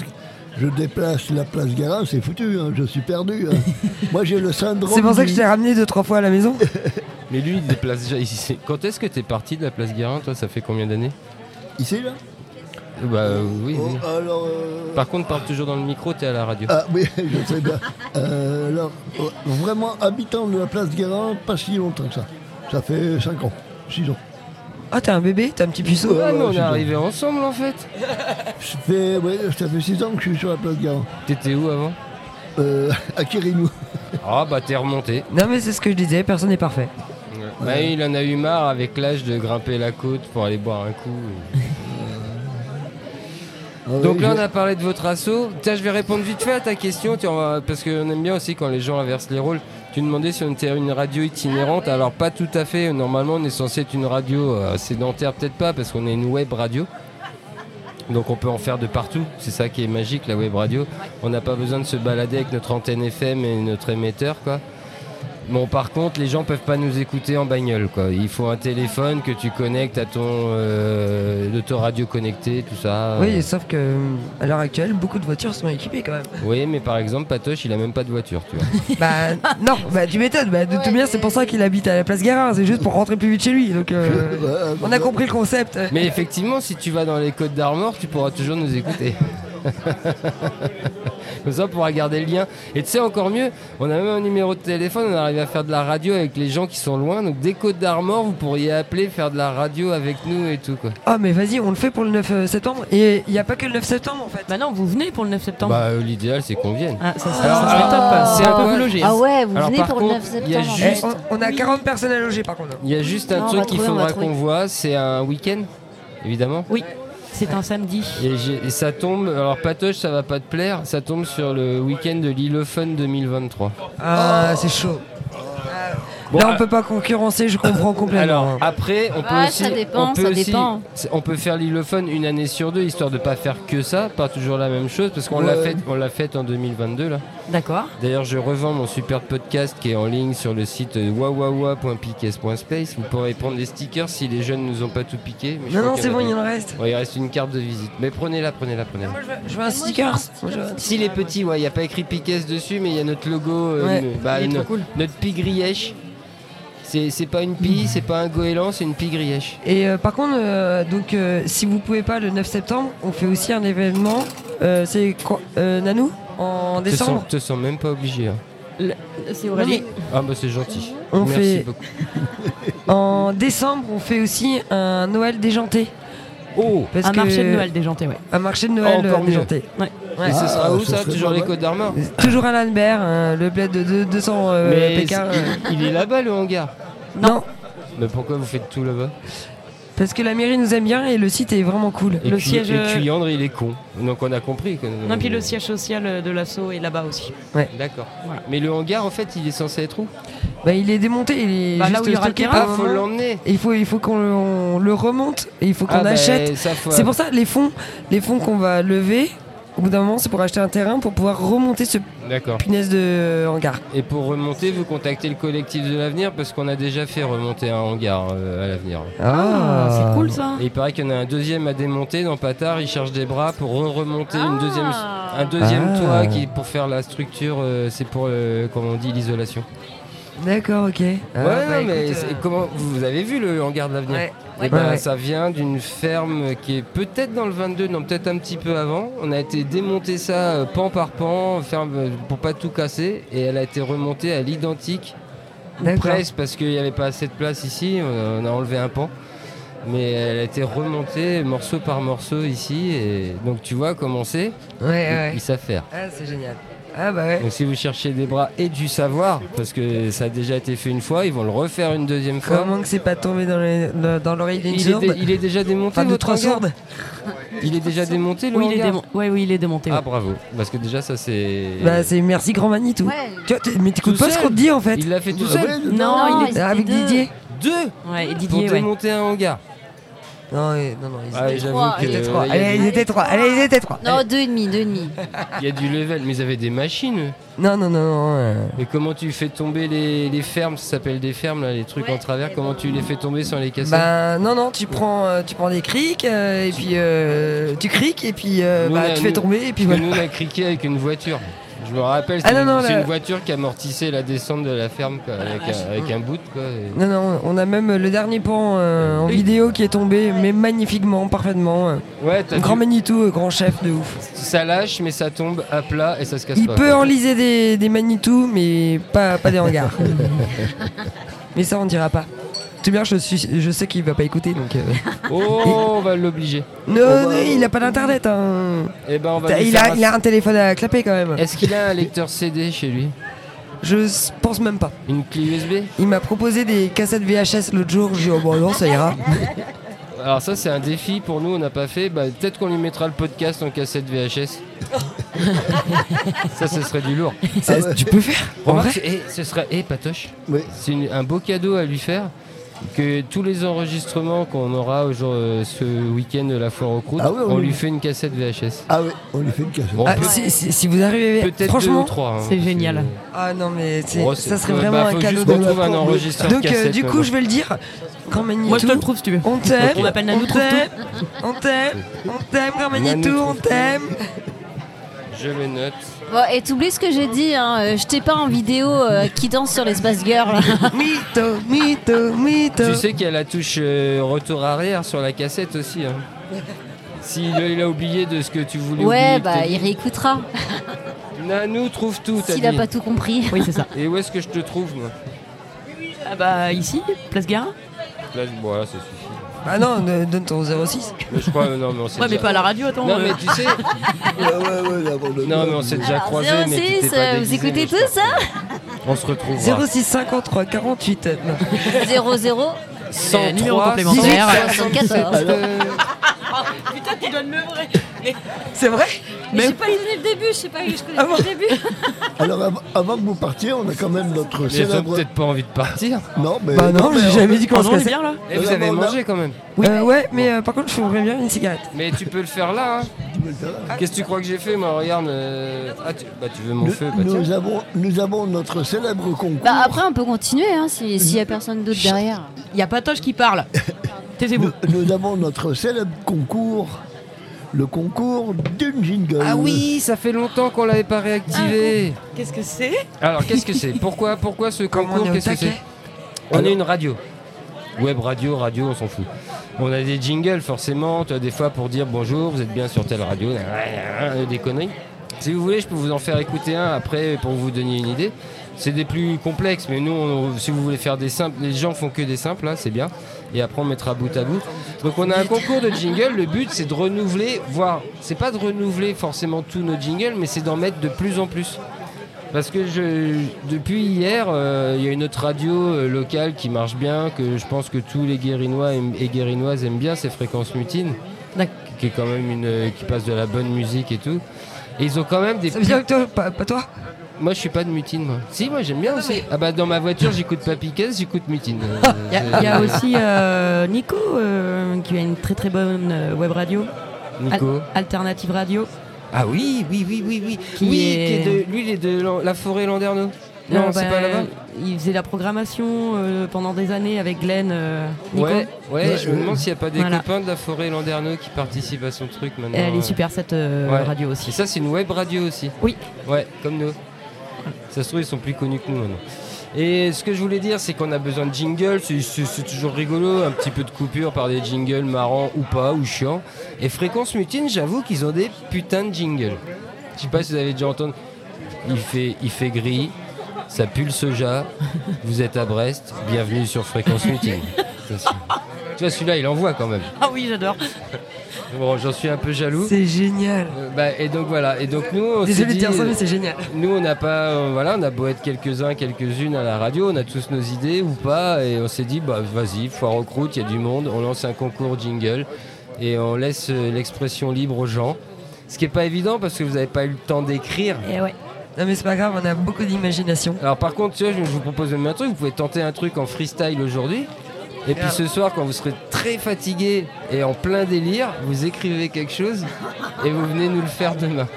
je déplace la place Garin, c'est foutu. hein, je suis perdu. hein. moi, j'ai le syndrome.
C'est pour ça que
du-
je t'ai ramené deux, trois fois à la maison.
Mais lui, il déplace déjà. ici. Quand est-ce que t'es parti de la place Guérin, toi Ça fait combien d'années
Ici, là
Bah euh, oui, oui.
Oh, Alors. euh,
Par contre, parle toujours dans le micro, t'es à la radio.
Ah oui, je sais bien. Euh, alors, euh, vraiment habitant de la place Guérin, pas si longtemps que ça. Ça fait 5 ans, 6 ans.
Ah, t'es un bébé, t'es un petit puceau.
Ouais, mais on
je
est
sais pas.
arrivés ensemble en fait.
Ça fait, ouais, ça fait 6 ans que je suis sur la place Guérin,
T'étais où avant
euh, à Kirinou.
Ah bah t'es remonté.
Non, mais c'est ce que je disais, personne n'est parfait.
Bah il en a eu marre avec l'âge de grimper la côte pour aller boire un coup.
Ah
Donc
oui,
là on
j'ai-
a parlé de votre assaut. Tiens, je vais répondre vite fait à ta question, tu en vas- parce qu'on aime bien aussi quand les gens inversent les rôles. Tu demandais si on était une radio itinérante, alors pas tout à fait. Normalement on est censé être une radio euh, sédentaire, peut-être pas, parce qu'on est une web radio. Donc on peut en faire de partout, c'est ça qui est magique la web radio. On n'a pas besoin de se balader avec notre antenne FM et notre émetteur quoi. Bon par contre les gens peuvent pas nous écouter en bagnole quoi. Il faut un téléphone que tu connectes à ton euh, autoradio connecté, tout ça.
Oui, sauf que euh, à l'heure actuelle, beaucoup de voitures sont équipées quand même.
Oui, mais par exemple, Patoche, il a même pas de voiture, tu vois.
bah, non, bah, tu m'étonnes. Bah, de toute manière, c'est pour ça qu'il habite à la place Garin. C'est juste pour rentrer plus vite chez lui. Donc, euh,
Ouais,
on a compris le concept.
mais effectivement, si tu vas dans les Côtes d'Armor, tu pourras toujours nous écouter. Comme ça, on pourra garder le lien. Et tu sais, encore mieux, on a même un numéro de téléphone, on arrive à faire de la radio avec les gens qui sont loin. Donc, des Côtes d'Armor, vous pourriez appeler, faire de la radio avec nous et tout, quoi.
Ah, mais vas-y, on le fait pour le 9 septembre. Et il n'y a pas que le 9 septembre en fait.
Bah non, vous venez pour le 9 septembre.
Bah, euh, l'idéal, c'est qu'on vienne.
Ah, ça serait,
Alors,
ça serait
ah,
top.
c'est un
On peut
peu-
vous loger. hein.
Ah ouais, vous
Alors,
venez
par
pour
contre,
le 9 septembre.
il y a
en
Eh,
juste-
fait.
on, on a 40 personnes à loger par contre.
Il y a juste
Non,
un
on
truc
va
qu'il
trouver, on va
faudra
trouver.
qu'on voit, c'est un week-end, évidemment.
Oui, c'est un samedi.
Et, j'ai- et ça tombe, alors Patoche, ça va pas te plaire, ça tombe sur le week-end de Lille Fun 2023.
Ah, c'est chaud.
Bon,
Là, on
euh,
peut pas concurrencer, je comprends complètement.
alors après, on peut
Ah,
aussi,
ça dépend,
on peut
ça
aussi-
dépend.
c'est- on peut faire Lille Fun une année sur deux, histoire de pas faire que ça, pas toujours la même chose, parce qu'on l'a
Ouais.
fait, on l'a fait en 2022 là.
D'accord.
D'ailleurs, je revends mon super podcast qui est en ligne sur le site euh, wawawa.piques.space. Vous pourrez prendre des stickers si les jeunes nous ont pas tout piqué. mais je
non,
crois
non,
qu'il
c'est
y en
bon,
a
il
deux.
en reste.
Ouais, il reste une carte de visite, mais prenez-la, prenez-la, prenez-la.
Je veux un stickers.
Si les petits, ouais, il n'y a pas écrit Piquet dessus, mais il y a notre logo, euh,
Ouais,
une- bah,
il est
une-
trop cool.
notre pie grièche. C'est c'est pas une pie, c'est pas un goéland, c'est une pie grièche.
Et euh, par contre, euh, donc euh, si vous pouvez pas le 9 septembre, on fait aussi un événement. euh, c'est quoi euh, Nanou en
Te sens,
décembre.
te sens même pas obligé. hein.
Aurélie.
C'est Aurélie.
Ah bah c'est gentil.
On
Merci
fait-
beaucoup.
En décembre, on fait aussi un Noël déjanté.
Oh
Parce
Un
que-
marché de Noël déjanté, ouais.
Un marché de Noël
Ah, encore
euh,
mieux.
déjanté.
Ouais.
Ouais. Euh,
Et ce sera où
ce
ça
serait
Toujours
pas
les
mal.
Côtes d'Armor
Toujours à l'Anbert, hein, le bled de deux- 200 euh,
Mais
Pékin,
c'est-
euh.
il, il est là-bas le hangar.
Non,
Mais pourquoi vous faites tout là-bas
parce que la mairie nous aime bien et le site est vraiment cool.
Et
Le
Cui-
siège,
Et
euh,
Cuyandre, il est con. Donc on a compris. que-
Non, puis le siège social de l'assaut est là-bas aussi.
D'accord.
Voilà.
Mais le hangar, en fait, il est censé être où
Bah, il est démonté, il est
Bah, là
juste
où il y aura le
stocké
terrain,
Ah,
par
faut
moment.
l'emmener.
Et Il faut, il faut qu'on le- on le remonte et il faut qu'on
Ah, bah,
achète.
ça, faut-
C'est pour ça les fonds, les fonds qu'on va lever. Au bout d'un moment, c'est pour acheter un terrain pour pouvoir remonter ce
D'accord.
punaise de hangar.
Et pour remonter, vous contactez le collectif de l'avenir parce qu'on a déjà fait remonter un hangar euh, à l'avenir.
Ah, c'est cool ça.
Et il paraît qu'il y en a un deuxième à démonter dans Patard. Il cherche des bras pour remonter une deuxième,
Ah.
un deuxième
Ah.
toit qui pour faire la structure. euh, c'est pour, euh, comme on dit, l'isolation.
D'accord, ok. Ah,
ouais,
bah,
non, mais
écoute, euh,
c'est- comment vous avez vu le hangar de l'avenir
ouais.
Eh ben,
Ouais, ouais.
Ça vient d'une ferme qui est peut-être dans le 22, non peut-être un petit peu avant. On a été démonter ça euh, pan par pan, ferme euh, pour pas tout casser, et elle a été remontée à l'identique, ou
D'accord.
presque parce qu'il n'y avait pas assez de place ici. Euh, On a- on a enlevé un pan, mais elle a été remontée morceau par morceau ici. Et donc tu vois comment c'est,
Ouais, ouais,
ils
Eh ouais.
savent faire.
Ah, c'est génial. Ah bah ouais.
Donc si vous cherchez des bras et du savoir, parce que ça a déjà été fait une fois, ils vont le refaire une deuxième fois.
Comment que c'est pas tombé dans le- dans dans l'oreille d'une
il, est dé-
sourde
il est déjà démonté
Enfin, de
votre
trois
hangar
sourdes
Il est déjà démonté le
Oui, il est
hangar
démon- ouais, oui, il est démonté.
Ah
oui.
bravo, parce que déjà ça c'est...
Bah, c'est merci Grand Manitou.
Ouais.
Tu vois, t'es- mais t'écoutes
Tout
pas ce
seul.
qu'on te dit en fait. Ah,
Il l'a fait tout seul
Ouais,
Non,
Non,
il est-
il- c'était
Avec
deux.
Didier
Deux
Ouais, et
Pour
Didier, ouais.
démonter un hangar.
Non, ouais, non, non, ils
Ah,
étaient
j'avoue
trois,
que,
ils
ils étaient
euh,
trois.
il y a
Allez,
du-
ils étaient trois. Allez, ils étaient trois.
Non, deux et demi, deux et demi.
il y a du level, mais ils avaient des machines.
Non, non, non, non. euh,
Mais comment tu fais tomber les, les fermes, ça s'appelle des fermes là, les trucs
Ouais,
en travers,
et
comment
ben-
tu les fais tomber sans les casser
Bah non non tu prends euh, tu prends des crics euh, et puis euh, tu criques et puis euh,
Nous,
bah,
on a-
tu fais
nous-
tomber et puis
Parce
voilà.
que nous on a criqué avec une voiture. Je me rappelle,
Ah
c'était
non, non,
une, c'est
la-
une voiture qui amortissait la descente de la ferme quoi, avec, un, avec un bout. Quoi, et-
Non non on a même le dernier pan euh, en vidéo qui est tombé mais magnifiquement parfaitement. euh.
Ouais, t'as
Grand
du-
Manitou euh, grand chef de ouf.
ça lâche, mais ça tombe à plat et ça se casse
Il
pas.
peut
quoi.
enliser des, des Manitou mais pas pas des hangars. mais ça on dira pas. Tout bien je suis je sais qu'il va pas écouter donc. euh.
Oh, on va l'obliger.
Non,
bah,
non,
oh.
il a pas d'internet hein.
Eh ben, on va lui
Il
faire
a,
un-
il a un téléphone à clapper quand même.
Est-ce qu'il a un lecteur CD chez lui
Je pense même pas.
Une clé USB
Il m'a proposé des cassettes VHS l'autre jour, j'ai dit oh, bon non ça ira.
Alors ça c'est un défi pour nous, on n'a pas fait. Bah, peut-être qu'on lui mettra le podcast en cassette VHS. ça, ce serait du lourd.
Ça, tu peux faire En
Remarque,
vrai
eh, ce serait, eh, Patoche,
Oui.
c'est une- un beau cadeau à lui faire. Que tous les enregistrements qu'on aura aujourd'hui, euh, ce week-end de la foire aux croûtes,
Ah oui,
on
oui.
lui fait une cassette VHS.
Ah oui, on lui fait une cassette.
Bon,
Ah,
peut-
si, si- si vous arrivez,
peut-être deux ou
franchement.
trois. hein,
C'est
parce
génial.
que-
Ah non mais c'est-
Oh, c'est-
ça serait
bah,
vraiment
faut
un cadeau
juste
de
qu'on trouve
ouf.
un enregistreur
Donc euh,
cassette,
du
ouais,
coup
bon.
je vais le dire, Grand Manitou.
Moi, je te le trouve si tu veux.
On t'aime,
On m'appelle Nanou,
on
trouve
t'aime, on t'aime, on t'aime, Grand Manitou,
Nanou,
on
trouve tout.
t'aime.
Je le note.
Bon, et t'oublies ce que j'ai dit, hein, euh, je t'ai pas en vidéo euh, qui danse sur l'espace girl.
Mytho, mytho, mytho.
Tu sais qu'il y a la touche euh, retour arrière sur la cassette aussi. Hein. S'il il a oublié de ce que tu voulais
ouais,
oublier.
bah
t'as dit.
il réécoutera
Nanou trouve tout, t'as
s'il a
dit.
pas tout compris.
Oui, c'est ça.
Et où est-ce que je te trouve, moi
Ah bah, ici, place Gara
Là, je- bon, là, ça suffit.
Ah non, ne- donne ton 06.
Mais je crois, non, mais on s'est
Ouais, mais
déjà-
pas à la radio, attends.
Non,
euh.
mais tu sais,
Ah Ouais, ouais, ouais, là, bon,
non, mais on s'est déjà croisés. mais tu t'es
06,
pas
euh, vous
déguisé,
écoutez
mais je
tout ça
crois- On se retrouvera.
06 53 48. euh, non.
00
Euh, numéro
103,
complémentaire.
74.
Putain, tu dois de me vrai.
C'est vrai
Mais-
J'ai pas donné le début, je sais pas, je connais
Ah
pas
bon
le début.
Alors av- avant que vous partiez, on a quand même notre
Ils ont
célèbre.
peut-être pas envie de partir.
Euh, Non, mais.
Bah non,
mais
j'ai
on-
jamais dit qu'on se
Oh non, on est
cassait.
bien là
Et vous
Non,
avez
non,
mangé quand même.
Euh, ouais, mais euh, par contre, je voudrais bien une cigarette.
Mais tu peux le faire là. hein. Qu'est-ce que tu crois que j'ai fait, moi Regarde. euh, Ah, tu... bah, tu veux mon
Nous,
feu bah, tiens.
nous avons, nous avons notre célèbre concours.
Bah après on peut continuer hein, si- s'il y a personne d'autre derrière.
Il y a Patoche qui parle. Taisez-vous.
Nous, nous avons notre célèbre concours. Le concours d'une jingle.
Ah oui, ça fait longtemps qu'on l'avait pas réactivé.
Qu'est-ce que c'est
Alors, qu'est-ce que c'est Pourquoi Pourquoi ce
Comment on
concours
est au
Qu'est-ce que
taquet
c'est On est une radio. Web radio, radio, on s'en fout. On a des jingles forcément, tu vois, des fois pour dire bonjour, vous êtes bien sur telle radio, des conneries. Si vous voulez, je peux vous en faire écouter un après pour vous donner une idée. C'est des plus complexes, mais nous, on- si vous voulez faire des simples, les gens font que des simples, là, c'est bien. Et après, on mettra bout à bout. Donc, on a un concours de jingles. Le but, c'est de renouveler, voire, c'est pas de renouveler forcément tous nos jingles, mais c'est d'en mettre de plus en plus. Parce que je, depuis hier, euh, il y a une autre radio euh, locale qui marche bien, que je pense que tous les Guérinois aiment- et Guérinoises aiment bien, c'est Fréquence Mutine,
D'accord.
qui est quand même une euh, qui passe de la bonne musique et tout. Et ils ont quand même des.
Ça veut dire que toi, pas, pas toi
Moi, je suis pas de Mutine, moi. Si, moi, j'aime bien aussi. Ah bah dans ma voiture, j'écoute pas Piquet, j'écoute Mutine. Euh,
Il Ah, y, a- il y a aussi euh, Nico euh, qui a une très très bonne euh, web radio, Al-
Nico.
Alternative Radio.
Ah oui, oui, oui, oui, oui.
Ah. Qui
oui,
est-
qui est de- lui, il est de Lan- la forêt Landerneau. Non,
Euh,
c'est
bah,
pas là-bas.
Il faisait la programmation euh, pendant des années avec Glenn. euh, Nico.
Ouais, ouais, je me
euh,
demande s'il n'y a pas des
voilà.
copains de la forêt Landerneau qui participent à son truc maintenant.
Elle
euh.
est super cette euh,
Ouais.
radio
Et
aussi.
ça, c'est une web radio aussi.
Oui.
Ouais, comme nous. Ça se trouve, ils sont plus connus que nous maintenant. Et ce que je voulais dire, c'est qu'on a besoin de jingles. C'est- C'est c'est toujours rigolo, un petit peu de coupure par des jingles marrants ou pas, ou chiants. Et Fréquence Mutine, j'avoue qu'ils ont des putains de jingles. Je sais pas si vous avez déjà entendu. Il fait, il fait gris, ça pue le soja, vous êtes à Brest, bienvenue sur Fréquence Mutine. Ça, c'est- tu vois, celui-là, il envoie quand même.
Ah oui, j'adore.
Bon, j'en suis un peu jaloux.
C'est génial.
Euh, bah, et donc voilà. Et donc nous, on s'est
Désolé de
dit- euh,
dire ça, mais c'est génial.
Nous, on n'a pas, euh, voilà, on a beau être quelques-uns, quelques-unes à la radio, on a tous nos idées ou pas, et on s'est dit, bah vas-y, foire aux croûtes, il y a du monde, on lance un concours jingle et on laisse euh, l'expression libre aux gens. Ce qui n'est pas évident parce que vous n'avez pas eu le temps d'écrire.
Et ouais.
Non, mais c'est pas grave, on a beaucoup d'imagination.
Alors par contre, tu vois, je vous propose même un truc, vous pouvez tenter un truc en freestyle aujourd'hui. Et puis
Grave.
ce soir, quand vous serez très fatigué et en plein délire, vous écrivez quelque chose et vous venez nous le faire demain.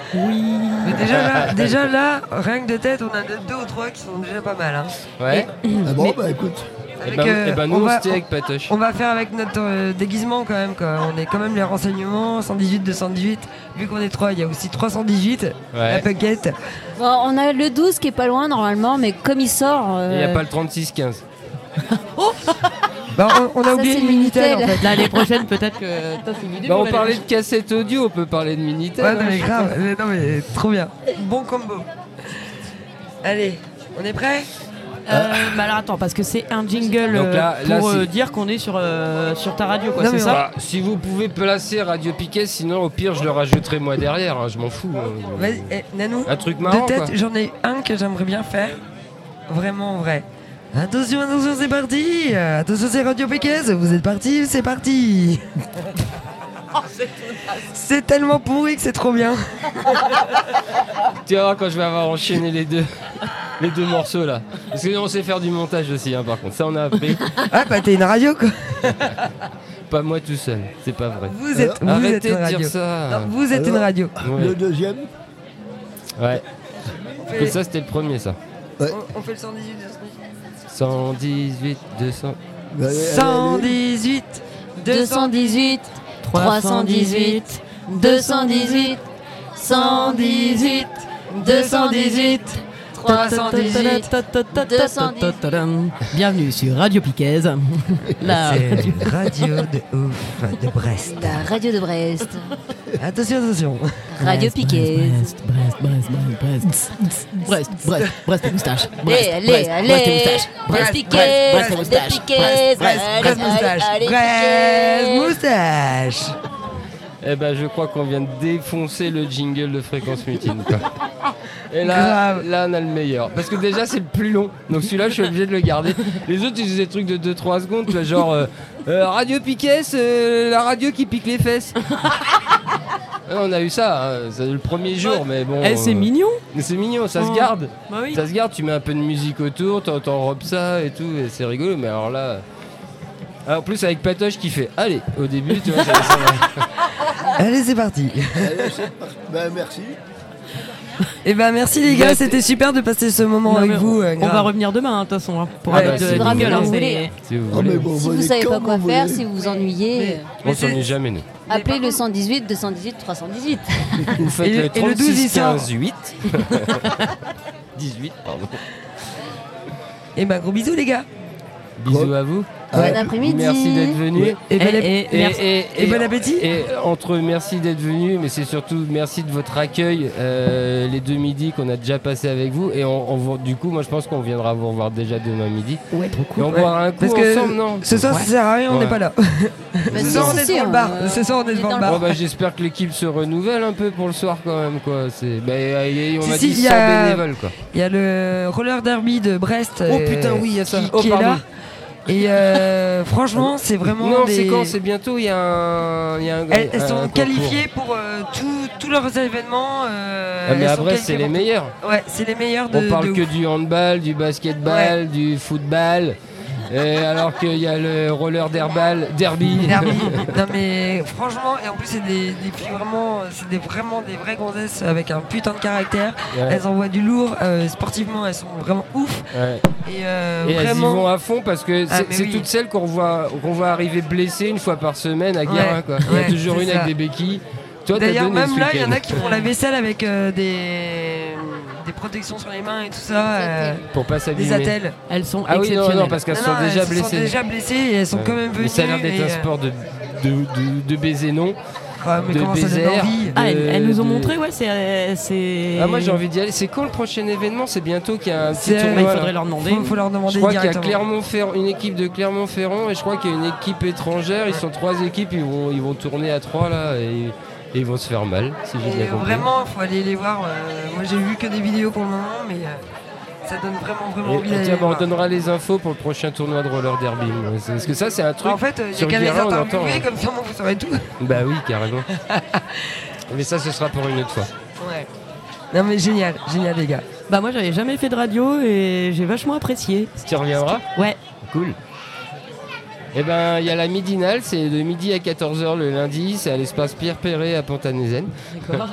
Mais déjà là, déjà là, rien que de tête, on a deux, deux ou trois qui sont déjà pas mal. hein.
Ouais.
Ah bon, bah écoute.
Et,
Avec,
ben,
euh,
eh ben, nous,
on
on,
va-
se tient avec Patoche.
On va faire avec notre euh, déguisement quand même. Quoi. On est quand même les renseignements 118, 218. Vu qu'on est trois, il y a aussi 318. La
Ouais.
paquette.
Bon, on a le 12 qui est pas loin normalement, mais comme il sort. euh,
Il n'y a pas le 36-15.
Bah, on, on a
Ça,
oublié
c'est
le
le
Minitel en
Minitel.
fait.
L'année prochaine, peut-être que. Toi, c'est une idée,
Bah, on
mais-
parlait de cassette audio, on peut parler de Minitel.
Ouais,
hein.
non mais grave. Mais non mais trop bien. Bon combo. Allez, on est prêt
Euh, bah alors attends, parce que c'est un jingle
Donc
euh,
là- là,
pour euh,
c'est-
dire qu'on est sur, euh, sur ta radio, quoi,
Non,
c'est
mais
ça
Bah, si vous pouvez placer Radio Piquet, sinon au pire je le rajouterai moi derrière, hein, je m'en fous. hein.
Vas-y, eh, Nanou.
Un truc marrant
de
quoi.
tête, j'en ai un que j'aimerais bien faire. Vraiment vrai. Attention, attention, c'est parti Euh, Attention, c'est Radio Péquez, vous êtes parti, c'est parti Oh, C'est tellement pourri que c'est trop bien
Tu vas voir quand je vais avoir enchaîné les deux, les deux morceaux là. Parce que nous, on sait faire du montage aussi hein, par contre, ça on a appris.
Ah bah t'es une radio quoi
pas moi tout seul, c'est pas vrai.
Vous êtes, vous êtes
Euh, Arrêtez
une
de
radio.
dire ça.
Non, vous êtes une
Alors
radio.
Ouais.
Le deuxième
Ouais,
On
et
fait,
ça c'était le premier ça.
on- on fait le 118
118, 200.
Bah, Allez, allez,
118 210
218, 318, 218, 118, 218, 318. 218.
Bienvenue sur Radio Piquez. Là.
C'est une radio de ouf de Brest.
La radio de Brest,
Attention, attention.
Radio Piquet.
Brest, Brest, Brest, Brest, Brest, Brest, Brest, Brest, et moustache.
Allez, allez, allez, Brest Piquet, Brest Piquet,
Brest, Brest moustache. Brest moustache.
Eh ben, je crois qu'on vient de défoncer le jingle de fréquence mutine. quoi. Et là,
Grave.
là, on a le meilleur. Parce que déjà, c'est le plus long. Donc celui-là, je suis obligé de le garder. Les autres, ils faisaient des trucs de 2-3 secondes, là, genre euh, euh, Radio Piquet, euh, la radio qui pique les fesses. Ouais, on a eu ça, hein. C'est le premier jour, mais bon.
Eh, c'est
euh,
mignon.
mais c'est mignon, ça se
Oh.
garde.
Bah oui.
Ça se garde, tu mets un peu de musique autour, t'en- t'enrobes ça et tout, et c'est rigolo, mais alors là. Ah, en plus, avec Patoche qui fait Allez, au début, tu vois, ça- ça va.
Allez, c'est parti.
allez, c'est parti. Ben merci.
Eh ben, merci les gars, c'était super de passer ce moment
Non,
avec
mais
vous. euh,
On
grave.
va revenir demain, hein, de toute façon, hein, pour
Ah
avec
bah,
euh,
c'est
Jingle,
grave,
hein,
vous
c'est-
voulez.
Si vous
Ah,
voulez.
mais bon,
Si vous
venez
savez
quand
pas quoi
vous
faire,
voulez.
si vous vous ennuyez, euh,
On
Mais
s'en
c'est-
est jamais, nous.
appelez le 118, 218, 318.
Vous faites
Et le-
le
et le 12,
36,
il sort.
15, 8. 18, pardon.
Eh ben, gros bisous les gars.
Bisous à vous.
Bon après-midi.
Merci d'être venu.
Et,
Eh,
ben,
eh,
et-
merci.
et bon appétit.
Et entre merci d'être venu, mais c'est surtout merci de votre accueil euh, les deux midis qu'on a déjà passé avec vous. Et on, on vous- du coup, moi je pense qu'on viendra vous revoir déjà demain midi.
Ouais, trop
Et on
Ouais.
boira un coup
Parce que
ensemble, non
ce soir,
Ouais.
ça sert à rien, on
Ouais.
n'est pas là.
Bah,
ce
si,
soir, on
si,
est
si,
devant le
on-
bar. ce soir, on est devant le bar.
Bon, bah, j'espère que l'équipe se renouvelle un peu pour le soir quand même quoi. C'est bah, y- y- on
Si,
a
si,
dit
il y
100
a-
bénévoles quoi.
Il y a le roller derby de Brest. euh,
Oh, putain, oui, il y a ça.
Qui,
Oh,
qui est
pardon.
là. Et euh, franchement, c'est vraiment.
Non,
des-
c'est quand C'est bientôt. Il y a un. il Y a un
Elles, elles
un
sont
concours.
qualifiées pour euh, tout- tous leurs événements. euh,
Ah, mais
elles
à
sont
Brest, c'est
qualifiées
les meilleurs.
pour- Ouais, c'est les meilleurs de.
On
de
parle que
ouf.
du handball, du basketball, du football. Et alors qu'il y a le roller d'herbal, derby.
Derby. non mais franchement, et en plus c'est des, des filles vraiment, c'est des, vraiment des vraies gonzesses avec un putain de caractère.
Ouais.
Elles envoient du lourd, euh, sportivement elles sont vraiment ouf.
Ouais.
Et, euh,
Et elles y
vraiment,
vont à fond parce que c'est
Ah, mais
c'est
oui.
toutes celles qu'on voit, qu'on voit arriver blessées une fois par semaine à Guérin. quoi. Il y
Ouais,
a toujours
c'est
une
ça.
avec des béquilles. Toi, t'as
D'ailleurs,
donné
même
ce
là, il y en
week-end.
a qui font la vaisselle avec euh, des, des protections sur les mains et tout ça, euh,
Pour pas
des
s'abîmer.
attelles.
Elles sont
Ah oui, non,
exceptionnelles.
non, parce qu'elles
Non,
sont
non,
déjà
elles se
blessées.
sont déjà blessées et euh, elles sont quand même
Mais
venues.
ça a l'air d'être
et,
un
euh,
sport de, de, de- de baiser non.
Ah, mais
de
comment ça donne
Bézère.
envie
Ah, elles, elles nous ont
de-
montré, ouais, c'est. euh, c'est-
Ah, moi j'ai envie d'y aller. C'est quand le prochain événement C'est bientôt qu'il y a un petit
C'est-
Bah,
tournoi.
il
là.
faudrait leur demander.
Faut, faut leur demander
Je crois qu'il y a
directement.
Clermont-Ferrand, une équipe de Clermont-Ferrand et je crois qu'il y a une équipe étrangère. Ils sont trois équipes, ils vont, ils vont tourner à trois là et, et ils vont se faire mal, si j'ai
Et
bien compris.
vraiment, faut aller les voir. euh, moi, j'ai vu que des vidéos pour le moment, mais euh, ça donne vraiment, vraiment
Et,
envie
et
d'aller
tiens,
les
bah, on
voir.
donnera les infos pour le prochain tournoi de roller derby. Ouais, c'est- Parce que ça, c'est un truc.
En fait, euh, j'ai
sur
qu'à les
Guérin, on entend,
interviewer,
hein.
comme ça, moi, vous saurez tout.
Bah oui, carrément. Mais ça, ce sera pour une autre fois.
Non, mais génial, génial, les gars.
Bah, moi, j'avais jamais fait de radio et j'ai vachement apprécié.
Tu reviendras
Ouais.
Cool. Eh ben, il y a la midinale, c'est de midi à 14h le lundi, c'est à l'espace Pierre Perret à Pontanézen.
D'accord.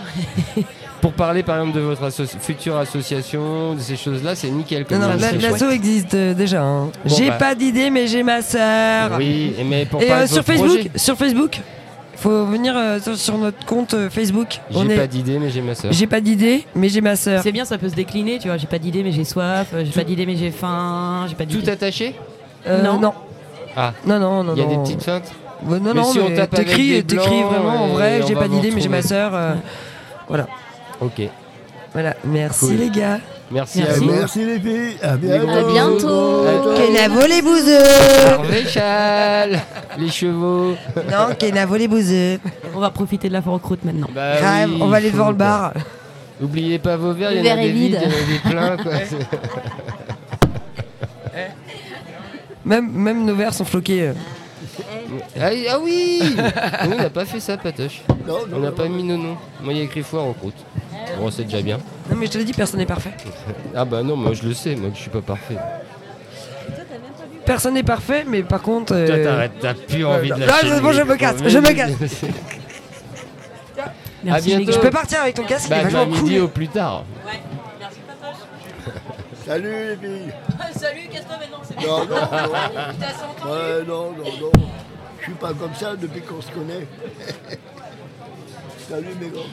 Pour parler par exemple de votre asso- future association, de ces choses-là, c'est nickel
Non,
comme
non,
ça,
la-
c'est
l'asso existe euh, déjà. hein.
Bon,
j'ai
bah.
pas d'idée, mais j'ai ma sœur.
chouette. Oui, et mais pour
Et
parler
euh,
de
sur
votre
Facebook,
projet.
sur Facebook, faut venir euh, sur, sur notre compte euh, Facebook. On
J'ai
est-
pas d'idée, mais j'ai ma soeur.
J'ai pas d'idée, mais j'ai ma sœur.
C'est bien, ça peut se décliner, tu vois. J'ai pas d'idée, mais j'ai soif. euh, J'ai pas d'idée, mais j'ai faim. J'ai pas
Tout
d'idée.
attaché
Euh,
Non.
non.
Ah.
Non, non, non.
Il y a des
non.
petites feintes
Ouais, non,
Mais
non,
si on
mais
tape avec
t'écris, euh,
des
t'écris
blancs
vraiment en
et
vrai,
on
j'ai
va
pas
vous
d'idée, mais j'ai ma
retrouver.
sœur. euh,
Ok.
voilà, merci
Cool.
les gars.
Merci, à
Eh,
vous.
Merci les filles.
Eh
À bientôt.
À bientôt.
Euh, Kenavo les bouseux
Hervé Chal, les chevaux.
Non, Kenavo les bouseux.
On va profiter de la foire aux croûtes maintenant.
Bah
Grave,
oui,
on va aller
faut,
devant le
quoi.
bar.
Oubliez pas vos verres,
Le
il y en a
verre est
des vides, il
vide.
y en a des pleins. Quoi.
Même, même nos verres sont floqués. euh.
ah, ah oui Nous, On n'a pas fait ça, Patoche.
Non, non,
On n'a
non.
pas mis nos noms. Moi, il y a écrit foire en croûte. Bon, c'est déjà bien.
Non, mais je te l'ai dit, personne n'est parfait.
Ah bah non, moi je le sais, moi que je suis pas parfait.
Personne n'est parfait, mais par contre. euh,
Toi, t'arrêtes, t'as plus envie de
non,
la
non, c'est bon, je me casse, je me casse.
Merci, les
bientôt.
gars.
Je peux partir avec ton casque, il est
Bah, à
vachement cool.
midi au plus tard.
Salut les filles.
Ah, Salut, casse-toi maintenant, c'est bon.
Non, non, non.
T'as 100 ans.
Ouais, non, non, non. Je suis pas comme ça depuis qu'on se connaît. Salut mes gars.